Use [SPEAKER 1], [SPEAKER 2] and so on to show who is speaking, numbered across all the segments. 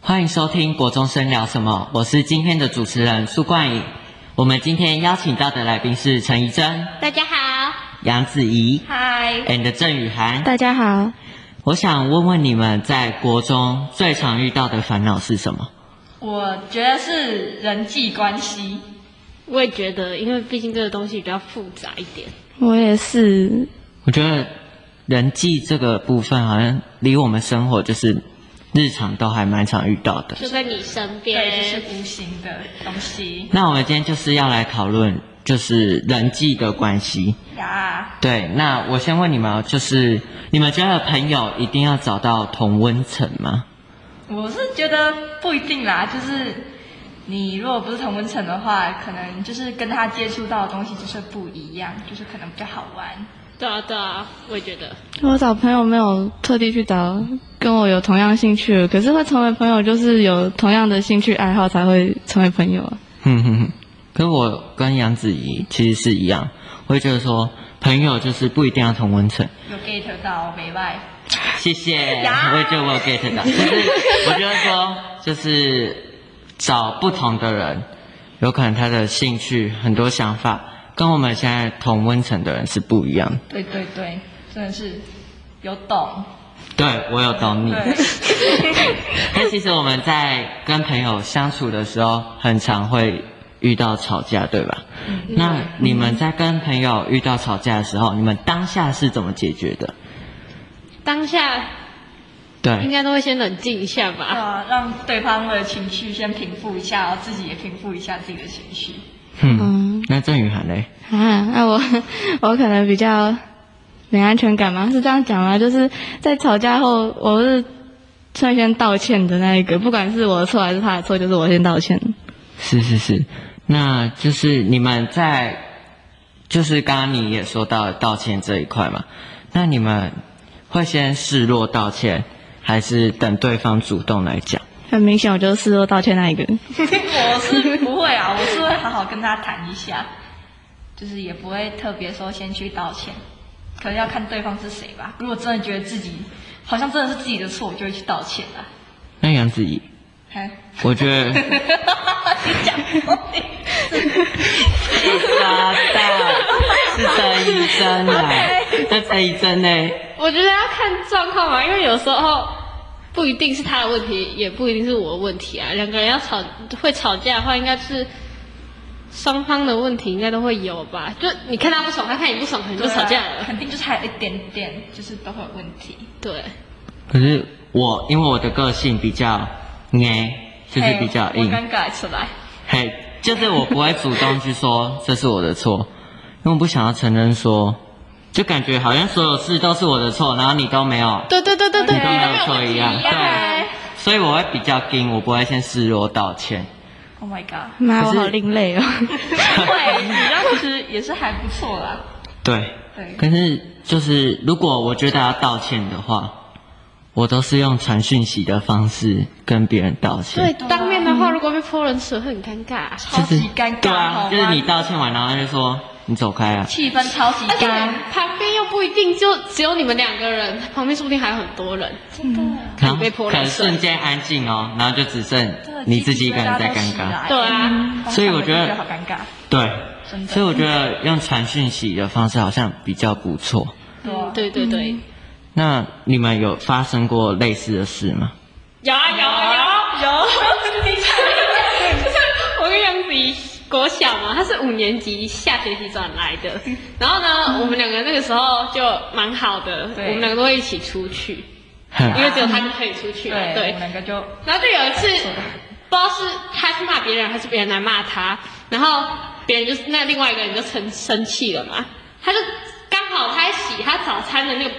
[SPEAKER 1] 欢迎收听《国中生聊什么》，我是今天的主持人苏冠颖。我们今天邀请到的来宾是陈怡珍、
[SPEAKER 2] 大家好，
[SPEAKER 1] 杨子怡
[SPEAKER 2] 嗨，
[SPEAKER 1] and 郑雨涵。
[SPEAKER 3] 大家好，
[SPEAKER 1] 我想问问你们在国中最常遇到的烦恼是什么？
[SPEAKER 4] 我觉得是人际关系，
[SPEAKER 2] 我也觉得，因为毕竟这个东西比较复杂一点，
[SPEAKER 3] 我也是，
[SPEAKER 1] 我觉得人际这个部分好像离我们生活就是日常都还蛮常遇到的。
[SPEAKER 2] 就在你身
[SPEAKER 4] 对，就
[SPEAKER 2] 边，
[SPEAKER 4] 是无形的东西
[SPEAKER 1] 那我们今天就是要来讨论就是人际的关系。
[SPEAKER 4] 呀。
[SPEAKER 1] 对，那我先问你们哦，就是你们交的朋友一定要找到同温层吗？
[SPEAKER 4] 我是觉得不一定啦，就是你如果不是同温层的话，可能就是跟他接触到的东西就是不一样，就是可能比较好玩。
[SPEAKER 2] 对啊对啊，我也觉得，
[SPEAKER 3] 我找朋友没有特地去找跟我有同样兴趣的，可是会成为朋友，就是有同样的兴趣爱好才会成为朋友啊。
[SPEAKER 1] 嗯哼哼哼，跟我跟杨子怡其实是一样，我会觉得说朋友就是不一定要同温层。
[SPEAKER 4] 有 get 到没外？
[SPEAKER 1] 谢谢，
[SPEAKER 4] 呀
[SPEAKER 1] 我也觉得我有 get 到，就是我觉得说就是找不同的人，有可能他的兴趣很多想法跟我们现在同温层的人是不一样的。
[SPEAKER 4] 对对对，真的是有懂。
[SPEAKER 1] 对我有懂你。
[SPEAKER 4] 对，
[SPEAKER 1] 但其实我们在跟朋友相处的时候，很常会遇到吵架，对吧？那你们在跟朋友遇到吵架的时候，你们当下是怎么解决的？
[SPEAKER 2] 当下应
[SPEAKER 1] 对，
[SPEAKER 2] 该都会先冷静一下吧。
[SPEAKER 4] 啊，让对方的情绪先平复一下，然后自己也平复一下自己的情绪。
[SPEAKER 1] 嗯
[SPEAKER 3] 嗯，
[SPEAKER 1] 那郑雨涵嘞？
[SPEAKER 3] 啊，那我 我可能比较没安全感吗？是这样讲吗？就是在吵架后，我是率先道歉的那一个，不管是我的错还是他的错，就是我先道歉。
[SPEAKER 1] 是是是，那就是你们在，就是刚刚你也说到道歉这一块嘛，那你们会先示弱道歉，还是等对方主动来讲？
[SPEAKER 3] 很明显，我就是示弱道歉那一个。
[SPEAKER 4] 我是不会啊，我 是会好好跟他谈一下，就是也不会特别说先去道歉，可能要看对方是谁吧。如果真的觉得自己好像真的是自己的错，我就会去道歉啊啦。
[SPEAKER 1] 那杨子怡，
[SPEAKER 4] 哎，
[SPEAKER 1] 我觉得。
[SPEAKER 4] 你讲不对，
[SPEAKER 1] 傻蛋，是陈医生啊，那陈医生呢？
[SPEAKER 2] 我觉得要看状况嘛，因为有时候不一定是他的问题，也不一定是我的问题啊。两个人要吵会吵架的话，应该是双方的问题应该都会有吧。就你看他不爽，他看你不爽，可能就吵架
[SPEAKER 4] 对啊
[SPEAKER 2] 了。
[SPEAKER 4] 肯定就是还有一点点，就是都会有问题。
[SPEAKER 2] 对，
[SPEAKER 1] 可是我因为我的个性比较硬，就是比较
[SPEAKER 4] 嘿我
[SPEAKER 1] 硬，
[SPEAKER 4] 尴尬出来，
[SPEAKER 1] 嘿，就是我不会主动去说这是我的错，因为我不想要承认说，就感觉好像所有事都是我的错，然后你都没有，
[SPEAKER 2] 对对对对对，
[SPEAKER 1] 你都没有
[SPEAKER 2] 对
[SPEAKER 1] 错一样，对，所以我会比较硬，我不会先示弱道歉。
[SPEAKER 4] ，Oh my god，
[SPEAKER 3] 妈，
[SPEAKER 1] 可
[SPEAKER 3] 我
[SPEAKER 1] 是
[SPEAKER 3] 好另类哦。
[SPEAKER 4] 会，你这样其实也是还不错啦。
[SPEAKER 1] 对，
[SPEAKER 4] 对
[SPEAKER 1] 可是就是如果我觉得要道歉的话，我都是用传讯息的方式跟别人道
[SPEAKER 2] 对
[SPEAKER 1] 歉。，
[SPEAKER 2] 当面的话，如果被泼冷水会很尴尬、啊。
[SPEAKER 4] 超级尴尬，
[SPEAKER 1] 对
[SPEAKER 4] 好
[SPEAKER 1] 啊
[SPEAKER 4] 吗，
[SPEAKER 1] 就是你道歉完，然后他就说你走开啊。
[SPEAKER 4] 气氛超级
[SPEAKER 2] 而且
[SPEAKER 4] 尴
[SPEAKER 2] 旁边又不一定就只有你们两个人，旁边说不定还有很多人。
[SPEAKER 4] 嗯
[SPEAKER 1] 然后
[SPEAKER 2] 被泼
[SPEAKER 1] 可
[SPEAKER 2] 冷水
[SPEAKER 1] 能瞬间安静哦，然后就只剩
[SPEAKER 4] 尬，
[SPEAKER 1] 你自己一个人在尴
[SPEAKER 4] 鸡皮疙瘩都起
[SPEAKER 1] 尬。
[SPEAKER 4] 来嗯
[SPEAKER 2] 对啊，
[SPEAKER 1] 所以我觉得
[SPEAKER 4] 好尴尬，
[SPEAKER 1] 对，
[SPEAKER 4] 真的
[SPEAKER 1] 所以我觉得用传讯息的方式好像比较不错。
[SPEAKER 4] 对啊
[SPEAKER 2] 对对对，
[SPEAKER 1] 那你们有发生过类似的事吗？
[SPEAKER 2] 有啊有啊有有，就是我跟杨子怡国小嘛，她是五年级下学期转来的，然后呢，我们两个那个时候就蛮好的，我
[SPEAKER 4] 对
[SPEAKER 2] 们两个都会一起出去，
[SPEAKER 1] 哼
[SPEAKER 2] 因为只有她就可以出去嘛，
[SPEAKER 4] 对，我
[SPEAKER 2] 对
[SPEAKER 4] 们，两个就
[SPEAKER 2] 然后就有一次，不知道是他去骂别人，还是别人来骂他，然后别人就是那另外一个人就生生气了嘛，他就刚好他在洗他早餐的那个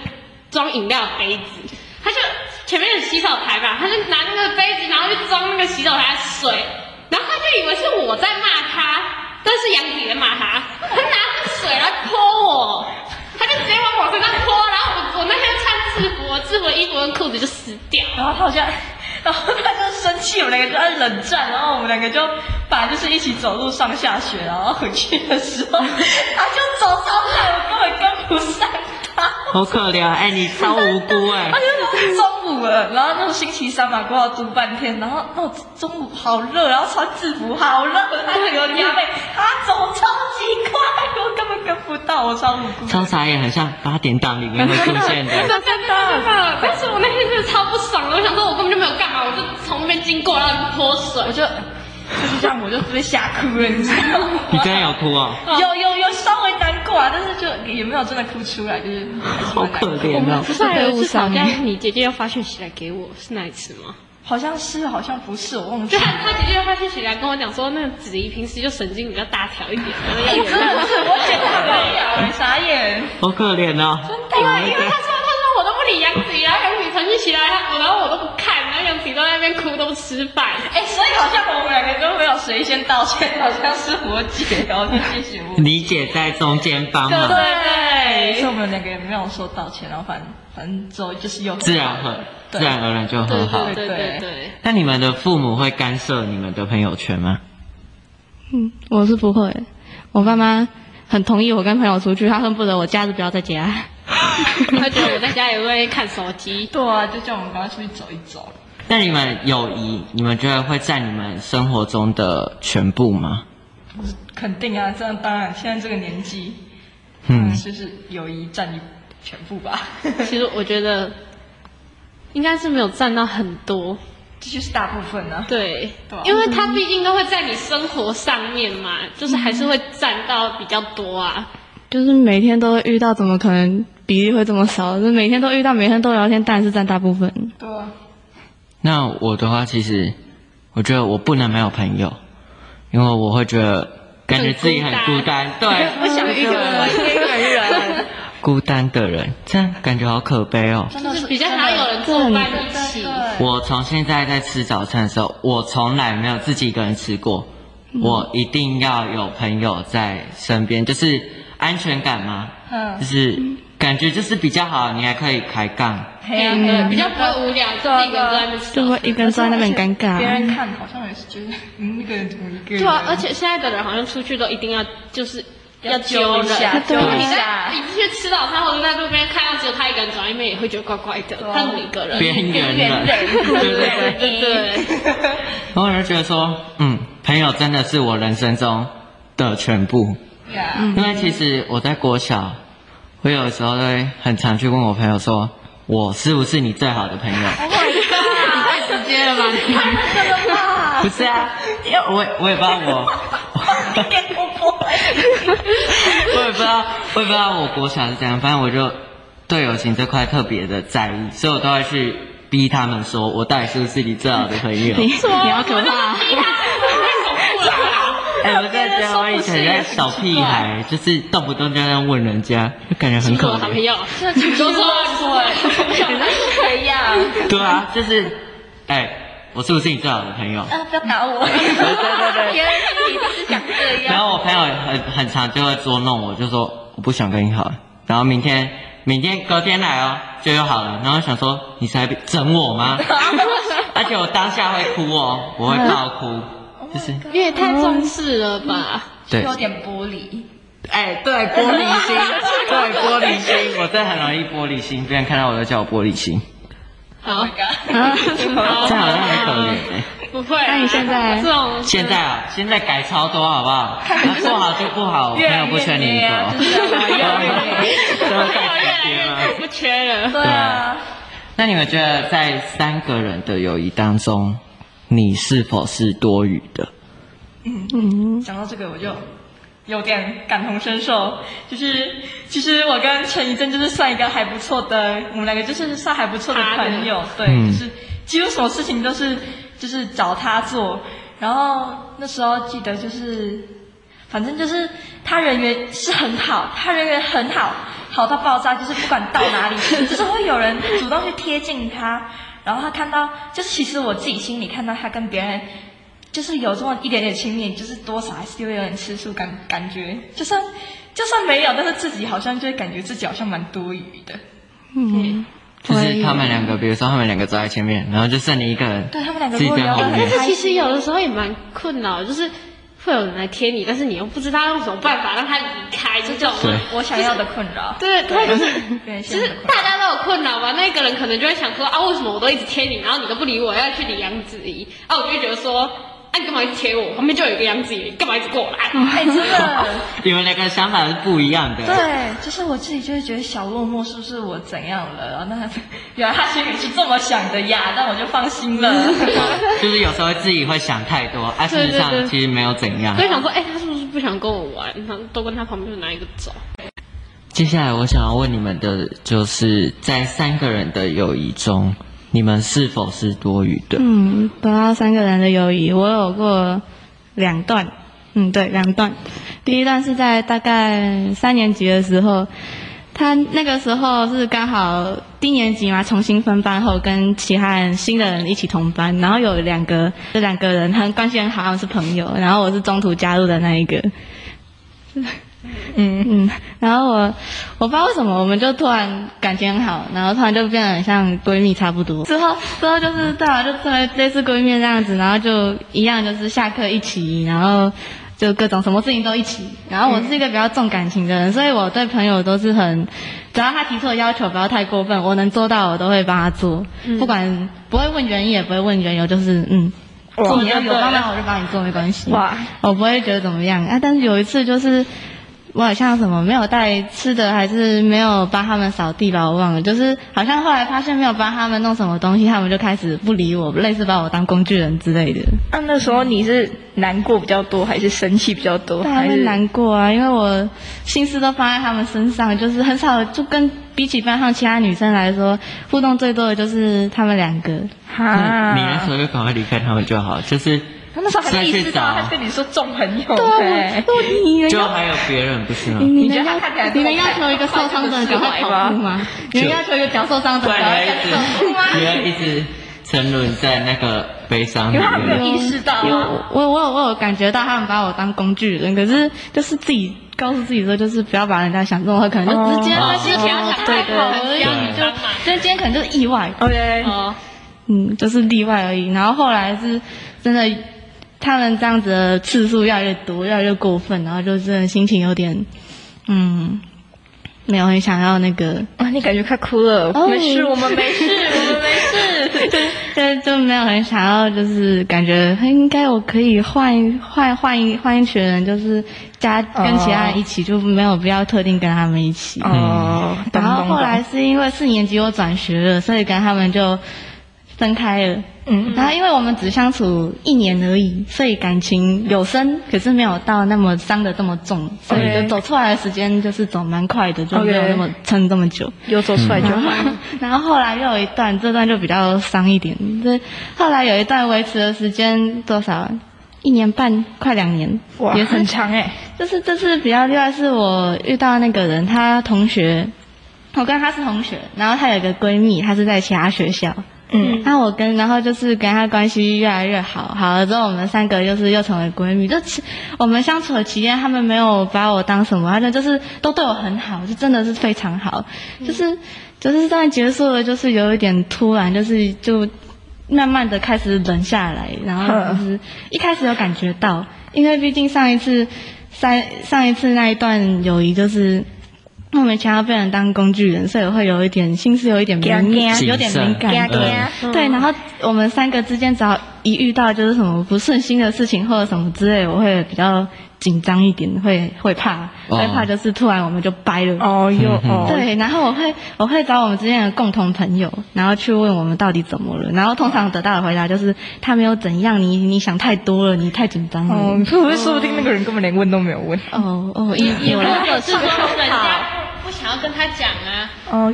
[SPEAKER 2] 装饮料的杯子，他就前面有洗手台吧，他就拿那个杯子，然后就装那个洗手台的水，然后他就以为是我在骂他，但是杨子怡在骂他，他拿那个水来泼我，他就直接往我身上泼，然后我我那天穿制服，我制服的衣服跟裤子就湿掉。
[SPEAKER 4] 然后他好像，然后他就生气，我们两个就在冷战，然后我们两个就本来就是一起走路上下学，然后回去的时候，他就走上来，我根本跟不上他，
[SPEAKER 1] 好可怜啊，哎，你超无辜哎
[SPEAKER 4] 他。就从中午了，然后那种星期三嘛，国考读半天，然后哦中午好热，然后穿制服好热，还有流加倍，他走超级快，我根本跟不到，我超无辜。
[SPEAKER 1] 超傻眼，很像八点档里面会出现的。
[SPEAKER 2] 真的真的，但是我那天真的超不爽的，我想说我根本就没有干嘛，我就从那边经过，然后就泼水
[SPEAKER 4] 我，就就是这样，我就被吓哭了，你知道吗？
[SPEAKER 1] 你真的有哭哦，
[SPEAKER 4] 有有有稍微难过啊，但是就也没有真的哭出来，就是
[SPEAKER 1] 好可怜哦。
[SPEAKER 2] 不是还有一
[SPEAKER 3] 误
[SPEAKER 2] 次吵
[SPEAKER 3] 伤
[SPEAKER 2] 架
[SPEAKER 3] 欸，
[SPEAKER 2] 你姐姐要发讯息来给我，是那一次吗？
[SPEAKER 4] 好像是好像不是，我忘记
[SPEAKER 2] 就
[SPEAKER 4] 了
[SPEAKER 2] 他。他姐姐要发讯息来跟我讲说，那子怡平时就神经比较大条一点，然后要
[SPEAKER 4] 真
[SPEAKER 2] 原
[SPEAKER 4] 的是
[SPEAKER 2] 谅我。
[SPEAKER 4] 我剪大 半秒哎，傻眼。
[SPEAKER 1] 好可怜哦。
[SPEAKER 2] 对啊，因为他说他说我都不理杨子怡，然后杨子怡传讯息来，然后我都不看，然后杨子怡都在那边哭，都不吃饭。
[SPEAKER 4] 哎、所以好像我们两个都没有谁先道歉，好像是我姐哦，就谢谢我。
[SPEAKER 1] 你姐在中间帮
[SPEAKER 2] 对
[SPEAKER 1] 忙，
[SPEAKER 2] 对
[SPEAKER 4] 所以我们两个也没有说道歉，然后反反正之后就是有
[SPEAKER 1] 自然和自
[SPEAKER 4] 对
[SPEAKER 1] 然而然就
[SPEAKER 2] 对
[SPEAKER 1] 很好。
[SPEAKER 2] 对对对对，
[SPEAKER 1] 那你们的父母会干涉你们的朋友圈吗？
[SPEAKER 3] 嗯，我是不会，我爸妈很同意我跟朋友出去，他恨不得我假日不要在啊家。
[SPEAKER 2] 他觉得我在家也会看手机。
[SPEAKER 4] 对啊，就叫我们赶快出去走一走。
[SPEAKER 1] 那你们友谊，你们觉得会占你们生活中的全部吗？
[SPEAKER 4] 肯定啊，这样当然，现在这个年纪，
[SPEAKER 1] 嗯
[SPEAKER 4] 嗯，就是友谊占你全部吧，
[SPEAKER 2] 其实我觉得应该是没有占到很多，
[SPEAKER 4] 这就是大部分啊。
[SPEAKER 2] 对
[SPEAKER 4] 对啊，
[SPEAKER 2] 因为他毕竟都会在你生活上面嘛，就是还是会占到比较多啊。
[SPEAKER 3] 就是每天都会遇到，怎么可能比例会这么少？就是每天都遇到，每天都聊天，当然是占大部分。
[SPEAKER 4] 对啊，
[SPEAKER 1] 那我的话，其实我觉得我不能没有朋友，因为我会觉得感觉自己很孤单，对，
[SPEAKER 4] 我想一个人，一个人，
[SPEAKER 1] 孤单的人，这样感觉好可悲哦。
[SPEAKER 4] 真
[SPEAKER 2] 就
[SPEAKER 4] 的
[SPEAKER 2] 是比较想要有人作伴一起。
[SPEAKER 1] 我从现在在吃早餐的时候，我从来没有自己一个人吃过，我一定要有朋友在身边，就是安全感嘛，
[SPEAKER 4] 嗯
[SPEAKER 1] 就是感觉就是比较好，你还可以抬杠。
[SPEAKER 4] 嘿啊，
[SPEAKER 2] 对，比较不会无聊，自己一个人在那边吃
[SPEAKER 3] 就会一个人坐在那边很尴尬。
[SPEAKER 4] 别人看好像也是觉得，嗯，那个人怎么一个人？
[SPEAKER 2] 对啊，而且现在的人好像出去都一定要就是要
[SPEAKER 4] 要
[SPEAKER 2] 揪
[SPEAKER 4] 揪一
[SPEAKER 2] 人，
[SPEAKER 4] 下
[SPEAKER 2] 如果
[SPEAKER 3] 揪
[SPEAKER 2] 你
[SPEAKER 3] 一
[SPEAKER 4] 下
[SPEAKER 2] 在你去吃早餐或者在路边看到只有他一个人走，你们也会觉得怪怪的，
[SPEAKER 4] 啊
[SPEAKER 2] 他怎么一个人？
[SPEAKER 1] 边缘人，
[SPEAKER 4] 对
[SPEAKER 2] 对对对，
[SPEAKER 1] 然后我就觉得说，嗯，朋友真的是我人生中的全部，
[SPEAKER 4] 呀，
[SPEAKER 1] 因为其实我在国小，我有时候都会很常去问我朋友说，我是不是你最好的朋友？
[SPEAKER 4] 你太直接了吧？你 Oh 太那个了吧？
[SPEAKER 1] 不是啊，因为我也我也不知道我，我也不知道，我也不知道我国小是怎样，反正我就对友情这块特别的在意，所以我都会去逼他们说，我到底是不是你最好的朋友？
[SPEAKER 3] 你你好可怕！
[SPEAKER 2] 啊
[SPEAKER 1] 哎、我在家，我以前在小屁孩，就是动不动就在问人家，就感觉很可
[SPEAKER 2] 我还没
[SPEAKER 1] 怜。
[SPEAKER 2] 有，你说错了，
[SPEAKER 4] 你那是谁呀？
[SPEAKER 1] 对啊，就是，哎、我是不是你最好的朋友？
[SPEAKER 4] 啊，不要打我！
[SPEAKER 1] 嗯对对对
[SPEAKER 4] 原来是你是想这
[SPEAKER 1] 然
[SPEAKER 4] 样。
[SPEAKER 1] 后我朋友很很常就会捉弄我，就说我不想跟你好了，然后明天明天隔天来哦，就又好了。然后想说你是在整我 吗？而且我当下会哭哦，我会爆哭，就是
[SPEAKER 2] 你也太重视了吧？
[SPEAKER 1] 对，
[SPEAKER 4] 有点玻璃，
[SPEAKER 1] 哎、对，玻璃 心，对，玻璃心，我真的很容易玻璃心，别人看到我都叫我玻璃心，
[SPEAKER 2] 好，
[SPEAKER 1] 这
[SPEAKER 2] 好
[SPEAKER 1] 好像很可怜哎、
[SPEAKER 2] 不会啊。
[SPEAKER 3] 那你现在
[SPEAKER 2] 这种
[SPEAKER 1] 现在啊，现在改超多好不 好？那不好就不好，我朋友不缺你一个哦。
[SPEAKER 4] 越来越美
[SPEAKER 1] 这么
[SPEAKER 2] 朋友
[SPEAKER 1] 太直
[SPEAKER 2] 越
[SPEAKER 1] 接
[SPEAKER 2] 来
[SPEAKER 1] 了
[SPEAKER 2] 越不缺了。
[SPEAKER 4] 对啊，
[SPEAKER 1] 那你们觉得在三个人的友谊当中，你是否是多余的？
[SPEAKER 3] 嗯，
[SPEAKER 4] 讲到这个我就有点感同身受，就是其实我跟陈怡真就是算一个还不错的，我们两个就是算还不错的朋友，对，
[SPEAKER 1] 嗯
[SPEAKER 4] 就是几乎什么事情都是就是找他做，然后那时候记得就是。反正就是他人缘是很好，他人缘很好，好到爆炸，就是不管到哪里，就是会有人主动去贴近他，然后他看到，就是其实我自己心里看到他跟别人。就是有这么一点点亲密，就是多少还是会有点吃醋感感觉，就算就算没有，但是自己好像就会感觉自己好像蛮多余的。
[SPEAKER 3] 嗯，
[SPEAKER 1] 就是他们两个，比如说他们两个走在前面，然后就剩你一个人，
[SPEAKER 4] 对他们两个啊
[SPEAKER 1] 自己在后
[SPEAKER 4] 如果聊
[SPEAKER 1] 面
[SPEAKER 4] 得。
[SPEAKER 2] 但是其实有的时候也蛮困扰，就是会有人来贴你，但是你又不知道用什么办法让他离开，就这种。
[SPEAKER 1] 对
[SPEAKER 4] 我想要的困扰，
[SPEAKER 2] 对，他就是，
[SPEAKER 4] 对，
[SPEAKER 2] 就
[SPEAKER 4] 现在
[SPEAKER 2] 是
[SPEAKER 4] 的困扰
[SPEAKER 2] 大家都有困扰吧，那一个人可能就会想说啊，为什么我都一直贴你，然后你都不理我，要去理杨子怡啊，我就会觉得说，啊，你干嘛一直贴我？旁边就有一个杨子怡，你干嘛一直过来？
[SPEAKER 5] 哎、真 的，
[SPEAKER 1] 你们两个想法是不一样的。
[SPEAKER 5] 对，就是我自己就会觉得小落寞是不是我怎样了？
[SPEAKER 4] 哦
[SPEAKER 5] 然后那原来他心里是这么想的呀，那我就放心 了。
[SPEAKER 1] 就是有时候自己会想太多，啊，事实
[SPEAKER 2] 对
[SPEAKER 1] 上
[SPEAKER 2] 对对
[SPEAKER 1] 其实没有怎样
[SPEAKER 2] 所。以想说，哎、他是不是不想跟我玩？然后都跟他旁边的哪一个走？
[SPEAKER 1] 接下来我想要问你们的，就是在三个人的友谊中，你们是否是多余的？
[SPEAKER 3] 嗯，本来三个人的友谊，我有过两段，嗯，对，两段。第一段是在大概三年级的时候，他那个时候是刚好低年级嘛，重新分班后跟其他人新的人一起同班，然后有两个这两个人很关系很好，像是朋友，然后我是中途加入的那一个。嗯嗯，然后我我不知道为什么，我们就突然感情很好，然后突然就变得很像闺蜜差不多。之后之后就是对啊，就突然类似闺蜜那样子，然后就一样就是下课一起，然后就各种什么事情都一起。然后我是一个比较重感情的人，所以我对朋友都是很，只要他提出的要求不要太过分，我能做到我都会帮他做，不管不会问原因也不会问缘由，就是嗯。做你要有帮忙，我就帮你做，没关系。
[SPEAKER 5] 哇，
[SPEAKER 3] 我不会觉得怎么样啊。但是有一次就是，我好像什么没有带吃的，还是没有帮他们扫地吧，我忘了。就是好像后来发现没有帮他们弄什么东西，他们就开始不理我，类似把我当工具人之类的。
[SPEAKER 4] 那、那时候你是难过比较多，还是生气比较多？
[SPEAKER 3] 当然
[SPEAKER 4] 还
[SPEAKER 3] 会
[SPEAKER 4] 是
[SPEAKER 3] 难过啊，因为我心思都放在他们身上，就是很少就跟比起班上其他女生来说，互动最多的就是他们两个。
[SPEAKER 4] 哈，
[SPEAKER 1] 那你那时候就赶快离开他们就好，就是
[SPEAKER 4] 啊他那时候还
[SPEAKER 1] 再
[SPEAKER 4] 没意
[SPEAKER 1] 去
[SPEAKER 4] 识到，
[SPEAKER 1] 找
[SPEAKER 4] 他，跟你说重朋友，
[SPEAKER 3] 对，我你
[SPEAKER 1] 就还有别人不 是吗？
[SPEAKER 3] 你
[SPEAKER 4] 你觉
[SPEAKER 3] 能
[SPEAKER 4] 得
[SPEAKER 3] 要
[SPEAKER 4] 他看起来
[SPEAKER 3] 你能要求一个受伤的人赶快跑步吗？你能要求一个脚受伤的
[SPEAKER 1] 不
[SPEAKER 3] 人
[SPEAKER 1] 然
[SPEAKER 3] 赶快
[SPEAKER 1] 你
[SPEAKER 3] 跑 步吗？
[SPEAKER 1] 会一直，你会一直沉沦在那个悲伤里
[SPEAKER 4] 因为他没有
[SPEAKER 1] 面。
[SPEAKER 4] 意识到
[SPEAKER 3] 有
[SPEAKER 4] 啊。
[SPEAKER 3] 我我有我有感觉到他们把我当工具人，可是就是自己告诉自己说，就是不要把人家想这么坏，可能就直接
[SPEAKER 1] 哦
[SPEAKER 3] 那
[SPEAKER 2] 之
[SPEAKER 3] 些
[SPEAKER 2] 前
[SPEAKER 3] 想
[SPEAKER 2] 想太
[SPEAKER 3] 太
[SPEAKER 2] 好
[SPEAKER 3] 好
[SPEAKER 2] 了，
[SPEAKER 3] 而
[SPEAKER 2] 然
[SPEAKER 3] 已，
[SPEAKER 1] 对
[SPEAKER 2] 后
[SPEAKER 3] 你
[SPEAKER 2] 你
[SPEAKER 3] 就
[SPEAKER 2] 就买。
[SPEAKER 3] 但今天可能就是意外，
[SPEAKER 4] OK，
[SPEAKER 2] 哦，
[SPEAKER 3] 嗯，就是例外而已。然后后来是真的，他们这样子的次数越来越多，越来越过分，然后就真的心情有点，嗯，没有很想要那个。
[SPEAKER 4] 啊，你感觉快哭了，
[SPEAKER 3] 哦
[SPEAKER 4] 没事，我们没事，我们没事。
[SPEAKER 3] 就就没有很想要，就是感觉应该我可以换一换换一换一群人，就是加跟其他人一起，就没有必要特定跟他们一起。嗯
[SPEAKER 4] 哦，懂
[SPEAKER 3] 然后
[SPEAKER 4] 懂
[SPEAKER 3] 后来
[SPEAKER 4] 懂。
[SPEAKER 3] 是因为四年级我转学了，所以跟他们就分开了。
[SPEAKER 4] 嗯，
[SPEAKER 3] 然后因为我们只相处一年而已，所以感情有深，可是没有到那么伤的这么重，所以
[SPEAKER 4] OK
[SPEAKER 3] 就走出来的时间就是走蛮快的，就没有
[SPEAKER 4] OK
[SPEAKER 3] 那么撑这么久。
[SPEAKER 4] 又走出来就
[SPEAKER 3] 然后，然后后来又有一段，这段就比较伤一点。这后来有一段维持的时间多少啊？一年半，快两年，
[SPEAKER 4] 哇，
[SPEAKER 3] 也
[SPEAKER 4] 很
[SPEAKER 3] 很
[SPEAKER 4] 长哎、
[SPEAKER 3] 就是这次比较例外，是我遇到那个人，他同学，我跟他是同学，然后她有一个闺蜜，她是在其他学校，
[SPEAKER 4] 嗯，
[SPEAKER 3] 那我跟，然后就是跟她关系越来越好，好了之后我们三个就是又成为闺蜜。就其我们相处的期间，他们没有把我当什么，他们就是都对我很好，就真的是非常好。就是就是这段结束了，就是有一点突然，就是就慢慢的开始冷下来，然后就是一开始有感觉到，因为毕竟上一次上上一次那一段友谊就是。莫名其妙被人当工具人，所以会有一点心思，有一点敏感，有点敏感，
[SPEAKER 1] 谨慎
[SPEAKER 3] 对。
[SPEAKER 4] 嗯
[SPEAKER 3] 对，然后我们三个之间只要一遇到就是什么不顺心的事情或者什么之类，我会比较紧张一点，会会怕，
[SPEAKER 1] 哦
[SPEAKER 3] 会怕就是突然我们就掰了。
[SPEAKER 4] 哦又
[SPEAKER 1] 嗯
[SPEAKER 4] 哦，
[SPEAKER 3] 对，然后我会我会找我们之间的共同朋友，然后去问我们到底怎么了，然后通常得到的回答就是他没有怎样，你你想太多了，你太紧张了。
[SPEAKER 4] 哦，你会不会说不定那个人根本连问都没有问
[SPEAKER 3] 哦哦，有有啦，
[SPEAKER 2] 或者是说人家不不想要跟他讲啊，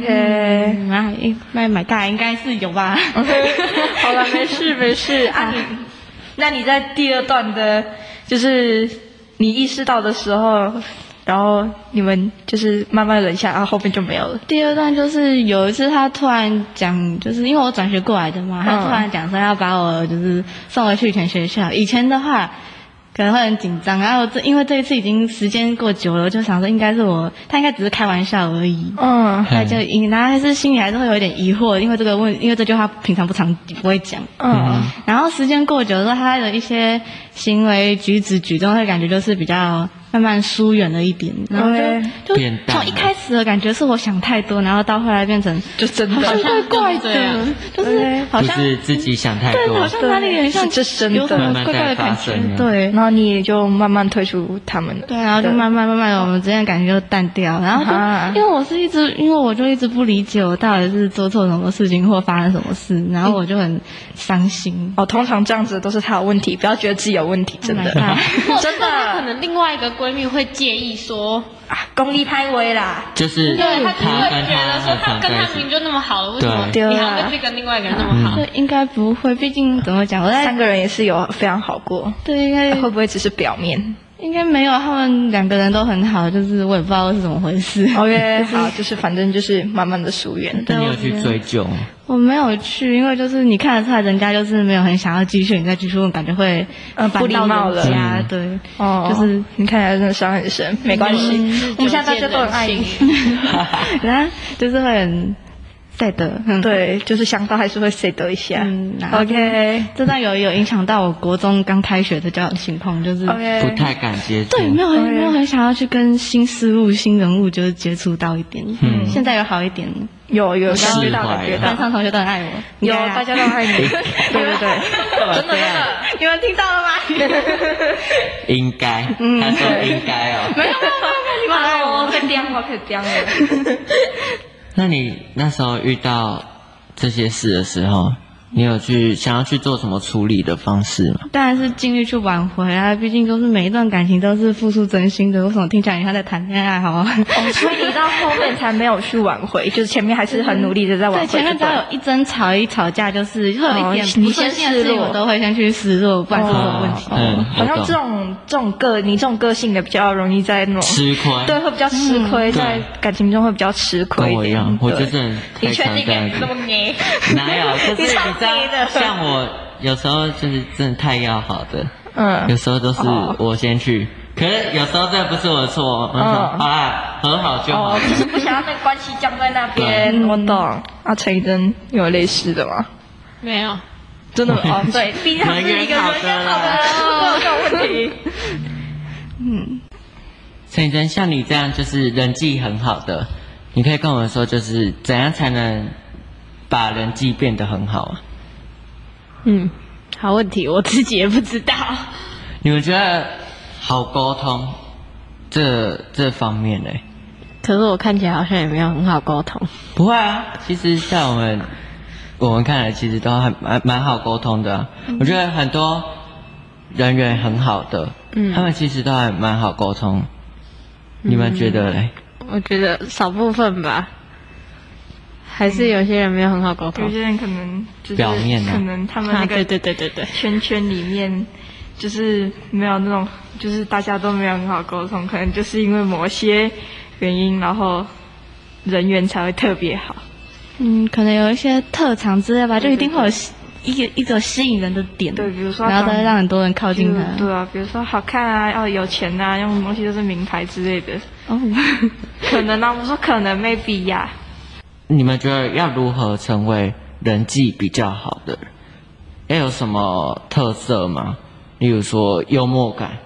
[SPEAKER 4] ？OK，
[SPEAKER 3] 嗯啊，应卖买大应该是有吧。
[SPEAKER 4] 好了，没 事没事啊。你那你在第二段的，就是你意识到的时候，然后你们就是慢慢忍下，啊然后后面就没有了。
[SPEAKER 3] 第二段就是有一次他突然讲，就是因为我转学过来的嘛，他
[SPEAKER 4] 嗯
[SPEAKER 3] 突然讲说要把我就是送回去以前学校。以前的话可能会很紧张，然后这因为这一次已经时间过久了，我就想说应该是我他应该只是开玩笑而已。
[SPEAKER 4] 嗯
[SPEAKER 3] 他哎就然后还是心里还是会有一点疑惑，因为这个问，因为这句话平常不常不会讲。
[SPEAKER 4] 嗯，
[SPEAKER 3] 然后时间过久之后，他的一些行为举止举动会感觉就是比较慢慢疏远了一点，然后
[SPEAKER 4] OK
[SPEAKER 3] 就就
[SPEAKER 1] 变淡
[SPEAKER 3] 从一开始的感觉是我想太多，然后到后来变成
[SPEAKER 4] 就真的
[SPEAKER 3] 好像怪怪
[SPEAKER 2] 对啊
[SPEAKER 3] 的，就是好
[SPEAKER 1] 不
[SPEAKER 3] 像
[SPEAKER 1] 是自己想太
[SPEAKER 3] 对，好
[SPEAKER 1] 多，
[SPEAKER 3] 像哪里很像
[SPEAKER 4] 是真的
[SPEAKER 3] 有什么怪怪的
[SPEAKER 1] 慢慢
[SPEAKER 3] 感
[SPEAKER 1] 在发
[SPEAKER 3] 觉
[SPEAKER 1] 生，
[SPEAKER 3] 对
[SPEAKER 4] 然。后你也就慢慢退出他们了。
[SPEAKER 3] 对，然后就
[SPEAKER 4] 对
[SPEAKER 3] 慢慢慢慢的，我们之间的感情就淡掉。然后就、
[SPEAKER 4] 啊
[SPEAKER 3] 因为我是一直，因为我就一直不理解我到底是做错什么事情或发生什么事，然后我就很伤心。
[SPEAKER 4] 哦，通常这样子都是他有问题，不要觉得自己有问题，真的
[SPEAKER 3] Oh my，
[SPEAKER 2] 或
[SPEAKER 4] 真
[SPEAKER 2] 者是可
[SPEAKER 4] 的
[SPEAKER 2] 能另外一个闺蜜会介意说，
[SPEAKER 4] 啊，功力太微啦。
[SPEAKER 1] 就是
[SPEAKER 2] 对她就
[SPEAKER 1] 他
[SPEAKER 2] 会
[SPEAKER 1] 跟
[SPEAKER 2] 觉得说
[SPEAKER 1] 很
[SPEAKER 2] 她跟她
[SPEAKER 1] 在
[SPEAKER 2] 明明
[SPEAKER 1] 一起，
[SPEAKER 2] 就那么好了，为什么
[SPEAKER 4] 对
[SPEAKER 2] 你还要跟跟另外一个人那么好？
[SPEAKER 3] 这应该不会，毕竟怎么讲，我在
[SPEAKER 4] 三个人也是有非常好过，啊
[SPEAKER 3] 对应该
[SPEAKER 4] 会不会只是表 面
[SPEAKER 3] 应该没有，他们两个人都很好，就是我也不知道是怎么回事。
[SPEAKER 4] 哦？OK，好，就是反正就是慢慢的疏远。
[SPEAKER 1] 那你有去追究吗？
[SPEAKER 3] 我没有去，因为就是你看得出来，人家就是没有很想要继续，你再继续问，感觉会
[SPEAKER 4] 呃不礼
[SPEAKER 3] 烦到
[SPEAKER 4] 貌了
[SPEAKER 3] 人家对，
[SPEAKER 4] 哦，嗯
[SPEAKER 3] 就是
[SPEAKER 4] 你看起来真的伤很深，没关系，我们现在大家都很爱你。
[SPEAKER 3] 然后就是会很 sad，嗯，
[SPEAKER 4] 对，就是想到还是会 say 得一下。
[SPEAKER 3] 嗯然后
[SPEAKER 4] OK
[SPEAKER 3] 这段有有影响到我国中刚开学的交往情况，就是。
[SPEAKER 1] 不
[SPEAKER 4] 哦 OK，
[SPEAKER 1] 太敢接触，
[SPEAKER 3] 对，没有很
[SPEAKER 4] OK
[SPEAKER 3] 没有很想要去跟新事物、新人物就是接触到一点，嗯，现在有好一点，
[SPEAKER 4] 有有
[SPEAKER 1] 释
[SPEAKER 4] 感觉到
[SPEAKER 1] 怀
[SPEAKER 4] 感觉
[SPEAKER 1] 了
[SPEAKER 4] 到
[SPEAKER 3] 班，上同学都很爱我，
[SPEAKER 4] 有
[SPEAKER 3] 应该啊
[SPEAKER 4] 大家都 爱你。对对对， 真的真的。
[SPEAKER 3] 你们听到了吗？没有没有
[SPEAKER 1] 应该，他说应该哦。
[SPEAKER 3] 你们爱我，
[SPEAKER 4] 被刁了，被刁了。
[SPEAKER 1] 那你那时候遇到这些事的时候，你有去想要去做什么处理的方式 吗？
[SPEAKER 3] 当然是尽力去挽回啊，毕竟都是每一段感情都是付出真心的，为什么听起来很像在谈恋爱？好啊吗？
[SPEAKER 4] 哦，所以你到后面才没有去挽回，就是前面还是很努力的在哦挽回。
[SPEAKER 3] 对，前面只要有一争吵、一吵架，就是会有一点
[SPEAKER 4] 哦
[SPEAKER 3] 不
[SPEAKER 4] 你
[SPEAKER 3] 顺
[SPEAKER 4] 先
[SPEAKER 3] 心的事
[SPEAKER 4] 示
[SPEAKER 3] 情，
[SPEAKER 4] 弱
[SPEAKER 3] 我都会先去示弱，不管是什么问题。
[SPEAKER 1] 嗯
[SPEAKER 4] 哦好像这种这种个你这种个性的比较容易在那种。
[SPEAKER 1] 吃亏，
[SPEAKER 4] 对，会比较吃亏，在感情中会比较吃亏
[SPEAKER 1] 跟
[SPEAKER 4] 一点。
[SPEAKER 1] 我一样，我就
[SPEAKER 4] 对
[SPEAKER 1] 是很太常这样子。
[SPEAKER 4] 黏？
[SPEAKER 1] 哪有？可是你知道
[SPEAKER 4] 你超黑的，
[SPEAKER 1] 像我有时候就是真的太要好的，有
[SPEAKER 4] 嗯，
[SPEAKER 1] 时候都是
[SPEAKER 4] 哦
[SPEAKER 1] 我先去，可是有时候这不是我的错，我就说
[SPEAKER 4] 嗯
[SPEAKER 1] 好啦，和好就好
[SPEAKER 4] 哦，
[SPEAKER 1] 了。
[SPEAKER 4] 就是不想要那关系僵在那边。我懂。啊，陈怡真有类似的吗？
[SPEAKER 2] 没有，
[SPEAKER 4] 真的吗哦， 对，毕竟他是一个人很好的人，会有这种问题。
[SPEAKER 1] 陈以真，像你这样就是人际很好的，你可以跟我们说，就是怎样才能把人际变得很好啊？
[SPEAKER 2] 嗯，好问题，我自己也不知道。
[SPEAKER 1] 你们觉得好沟通这这方面呢？
[SPEAKER 2] 可是我看起来好像也没有很好沟通。
[SPEAKER 1] 不会啊，其实在我们我们看来，其实都还蛮蛮好沟通的啊、
[SPEAKER 4] 嗯
[SPEAKER 1] 我觉得很多人缘很好的，
[SPEAKER 4] 嗯
[SPEAKER 1] 他们其实都还蛮好沟通。你们觉得嘞？
[SPEAKER 2] 我觉得少部分吧，还是有些人没有很好沟通。
[SPEAKER 4] 些人可能就
[SPEAKER 1] 表面啊
[SPEAKER 4] 能他
[SPEAKER 2] 啊，对对对对对，
[SPEAKER 4] 圈圈里面，就是没有那种，就是大家都没有很好沟通，可能就是因为某些原因，然后人缘才会特别好。
[SPEAKER 3] 嗯，可能有一些特长之类吧，就一定会有吸一个一个吸引人的点，
[SPEAKER 4] 对比如说
[SPEAKER 3] 然后
[SPEAKER 4] 长
[SPEAKER 3] 再让很多人靠近他。
[SPEAKER 4] 对啊，比如说好看啊，哦有钱啊，用什么东西都是名牌之类的，
[SPEAKER 3] 哦，
[SPEAKER 4] 可能啊，我说可能 maybe 呀、
[SPEAKER 1] 你们觉得要如何成为人际比较好的人？要有什么特色吗？例如说幽默感，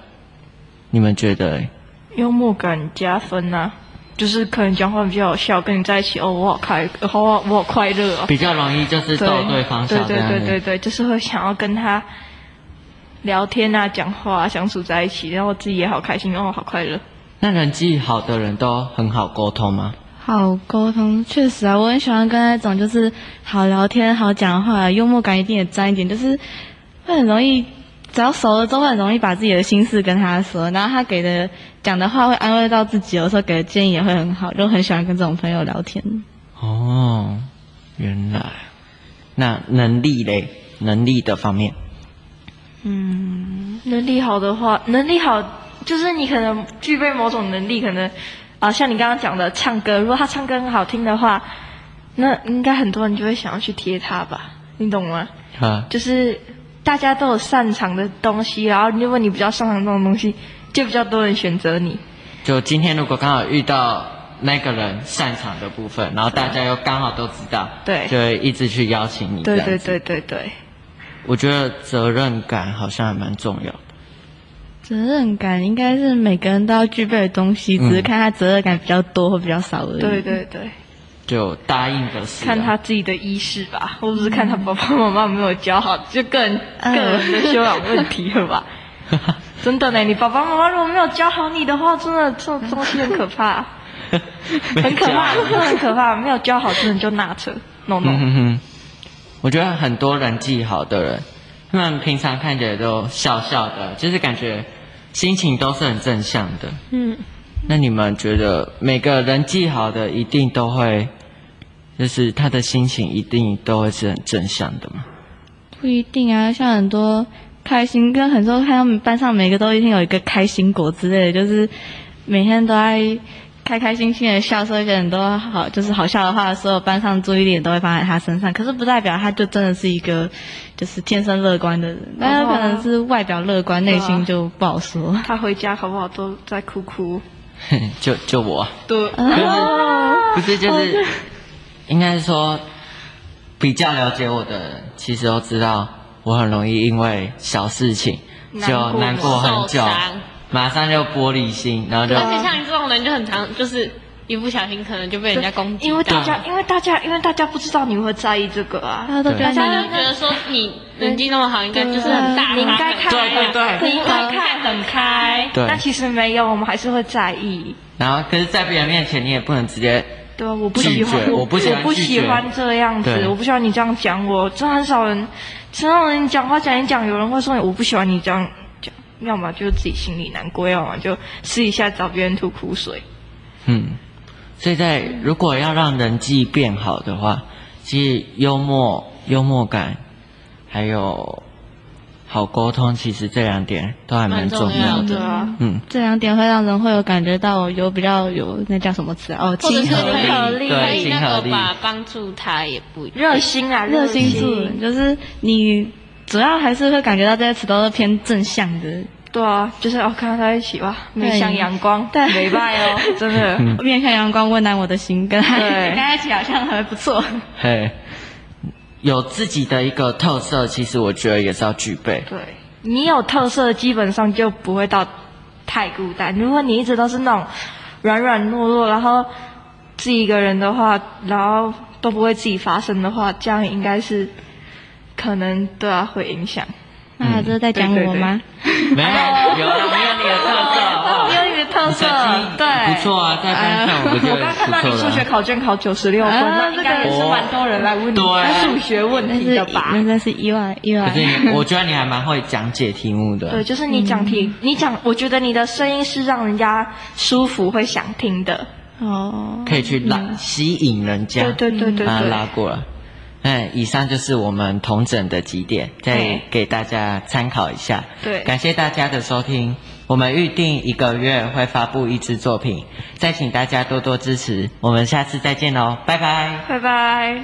[SPEAKER 1] 你们觉得嘞？
[SPEAKER 4] 幽默感加分啊，就是可能讲话比较有笑，跟你在一起哦，我好开，好我好快乐哦。
[SPEAKER 1] 比较容易就是
[SPEAKER 4] 对
[SPEAKER 1] 逗对方笑这
[SPEAKER 4] 对对
[SPEAKER 1] 样
[SPEAKER 4] 对
[SPEAKER 1] 子
[SPEAKER 4] 对对，就是会想要跟他聊天啊、讲话、啊、相处在一起，然后自己也好开心，哦，好快乐。
[SPEAKER 1] 那人际好的人都很好沟通吗？
[SPEAKER 3] 好沟通，确实啊，我很喜欢跟那种就是好聊天、好讲话，幽默感一定也沾一点，就是会很容易，只要熟了之后会很容易把自己的心事跟他说，然后他给的讲的话会安慰到自己，有时候给的建议也会很好，就很喜欢跟这种朋友聊天。
[SPEAKER 1] 哦，原来。那能力嘞？能力的方面，
[SPEAKER 4] 能力好的话，能力好就是你可能具备某种能力，可能啊，像你刚刚讲的唱歌，如果他唱歌很好听的话，那应该很多人就会想要去贴他吧，你懂吗？
[SPEAKER 1] 啊，
[SPEAKER 4] 就是大家都有擅长的东西，然后如果你比较擅长这种东西，就比较多人选择你。
[SPEAKER 1] 就今天如果刚好遇到那个人擅长的部分，然后大家又刚好都知道，
[SPEAKER 4] 对
[SPEAKER 1] 就会一直去邀请你。
[SPEAKER 4] 对对，对对对，
[SPEAKER 1] 我觉得责任感好像还蛮重要的。
[SPEAKER 3] 责任感应该是每个人都要具备的东西，只是
[SPEAKER 1] 嗯
[SPEAKER 3] 看他责任感比较多或比较少而已。
[SPEAKER 4] 对对对，
[SPEAKER 1] 就答应的事啊、
[SPEAKER 4] 看他 自己的意识吧，或者是看他爸爸妈妈有没有教好，就个人个人的修养问题了 吧。真的呢，你爸爸妈妈如果没有教好你的话，真的这种东西很可 怕，很可怕，真的很可怕。没有教好，真的就拿着，no
[SPEAKER 1] 嗯
[SPEAKER 4] no。
[SPEAKER 1] 哼哼，我觉得很多人际好的人，他们平常看起来都笑笑的，就是感觉心情都是很正向的。
[SPEAKER 2] 嗯，
[SPEAKER 1] 那你们觉得每个人际好的一定都会，就是他的心情一定都会是很正向的吗？
[SPEAKER 3] 不一定啊，像很多开心跟很多看他们班上每个都一定有一个开心果之类的，就是每天都在开开心心的笑，说一些很多好就是好笑的话，所有班上注意力都会放在他身上。可是不代表他就真的是一个就是天生乐观的人，那有可能是外表乐观，内心就不好说。
[SPEAKER 4] 他回家好不好都在哭哭，
[SPEAKER 1] 就就我啊，
[SPEAKER 4] 对，
[SPEAKER 1] 不是就是，应该说比较了解我的人，其实都知道我很容易因为小事情就难过很久
[SPEAKER 2] 受伤，
[SPEAKER 1] 马上就玻璃心，然后就
[SPEAKER 2] 而且像你这种人就很常就是一不小心可能就被人家攻击到，
[SPEAKER 4] 因为大家，因为大家，因为大家不知道你会在意这个啊。
[SPEAKER 3] 他都觉得
[SPEAKER 2] 大
[SPEAKER 3] 你
[SPEAKER 2] 家就觉得说你人际那么好，应该就是很大
[SPEAKER 4] 你应该
[SPEAKER 2] 看
[SPEAKER 4] 看，
[SPEAKER 1] 对对对
[SPEAKER 4] 你应该看很开。
[SPEAKER 1] 对
[SPEAKER 4] 但其实没有，我们还是会在意。
[SPEAKER 1] 然后可是，在别人面前你也不能直接，
[SPEAKER 4] 对啊，我不喜
[SPEAKER 1] 拒
[SPEAKER 4] 欢，
[SPEAKER 1] 绝我不喜欢
[SPEAKER 4] 我不喜欢
[SPEAKER 1] 拒绝
[SPEAKER 4] 这样子
[SPEAKER 1] 对，
[SPEAKER 4] 我不喜欢你这样讲我，真的很少人，真的人讲话讲一讲，有人会说你我不喜欢你这样讲，要么就自己心里难过，要么就私底下找别人吐苦水。
[SPEAKER 1] 嗯，所以在如果要让人际变好的话，其实幽默、幽默感，还有好沟通，其实这两点都还蛮
[SPEAKER 2] 蛮重
[SPEAKER 1] 重要
[SPEAKER 2] 要
[SPEAKER 1] 的。
[SPEAKER 2] 的
[SPEAKER 4] 对啊，
[SPEAKER 1] 嗯，
[SPEAKER 3] 这两点会让人会有感觉到我有比较有那叫什么词啊哦，
[SPEAKER 2] 或者
[SPEAKER 3] 亲
[SPEAKER 2] 是
[SPEAKER 3] 和
[SPEAKER 2] 可
[SPEAKER 3] 力。
[SPEAKER 1] 亲和力
[SPEAKER 2] 以
[SPEAKER 1] 对
[SPEAKER 2] 可以
[SPEAKER 1] 亲和
[SPEAKER 2] 那
[SPEAKER 1] 力
[SPEAKER 2] 个吧，帮助他也不一定
[SPEAKER 4] 热心啊，
[SPEAKER 3] 哎热
[SPEAKER 4] 心
[SPEAKER 3] 心助人，就是你主要还是会感觉到这些词都是偏正向的，
[SPEAKER 4] 对啊，就是哦，看到他一起哇，面向阳光，
[SPEAKER 3] 对
[SPEAKER 4] 美拜哦，真的。
[SPEAKER 3] 面向阳光温暖我的心，跟他
[SPEAKER 4] 对
[SPEAKER 3] 跟他一起好像还不错。
[SPEAKER 1] 嘿，有自己的一个特色，其实我觉得也是要具 备。
[SPEAKER 4] 对你有特色，基本上就不会到太孤单。如果你一直都是那种软软弱弱，然后自己一个人的话，然后都不为自己发声的话，这样应该是可能对啊会影响。
[SPEAKER 3] 那这是在讲我吗？
[SPEAKER 1] 没有，有啊，没有你的特色好不好，
[SPEAKER 4] 你有你的特色
[SPEAKER 1] 你成绩，
[SPEAKER 4] 对，
[SPEAKER 1] 不错啊，在班上我觉
[SPEAKER 4] 我
[SPEAKER 1] 得
[SPEAKER 4] 刚看到
[SPEAKER 1] 不
[SPEAKER 4] 你
[SPEAKER 1] 错
[SPEAKER 4] 数
[SPEAKER 1] 了
[SPEAKER 4] 学考卷考九十六分，
[SPEAKER 3] 啊
[SPEAKER 4] 那应该也是蛮多人来问你
[SPEAKER 1] 对啊
[SPEAKER 4] 数学问
[SPEAKER 3] 那
[SPEAKER 4] 题
[SPEAKER 3] 是
[SPEAKER 4] 的吧？
[SPEAKER 3] 哦那真是意外意
[SPEAKER 1] 可
[SPEAKER 3] 外。
[SPEAKER 1] 是你我觉得你还蛮会讲解题目
[SPEAKER 4] 对，
[SPEAKER 1] 的，
[SPEAKER 4] 就是你讲题，你讲，我觉得你的声音是让人家舒服、会想听的。
[SPEAKER 3] 哦，
[SPEAKER 1] 可以去拉吸引人家，
[SPEAKER 4] 嗯对对对对
[SPEAKER 1] 把它
[SPEAKER 4] 对，
[SPEAKER 1] 拉过来。哎，以上就是我们同整的几点，再
[SPEAKER 4] 对
[SPEAKER 1] 给大家参考一下。
[SPEAKER 4] 对
[SPEAKER 1] 感谢大家的收听。我们预定一个月会发布一支作品，再请大家多多支持。我们下次再见喽，拜拜。
[SPEAKER 4] 拜拜。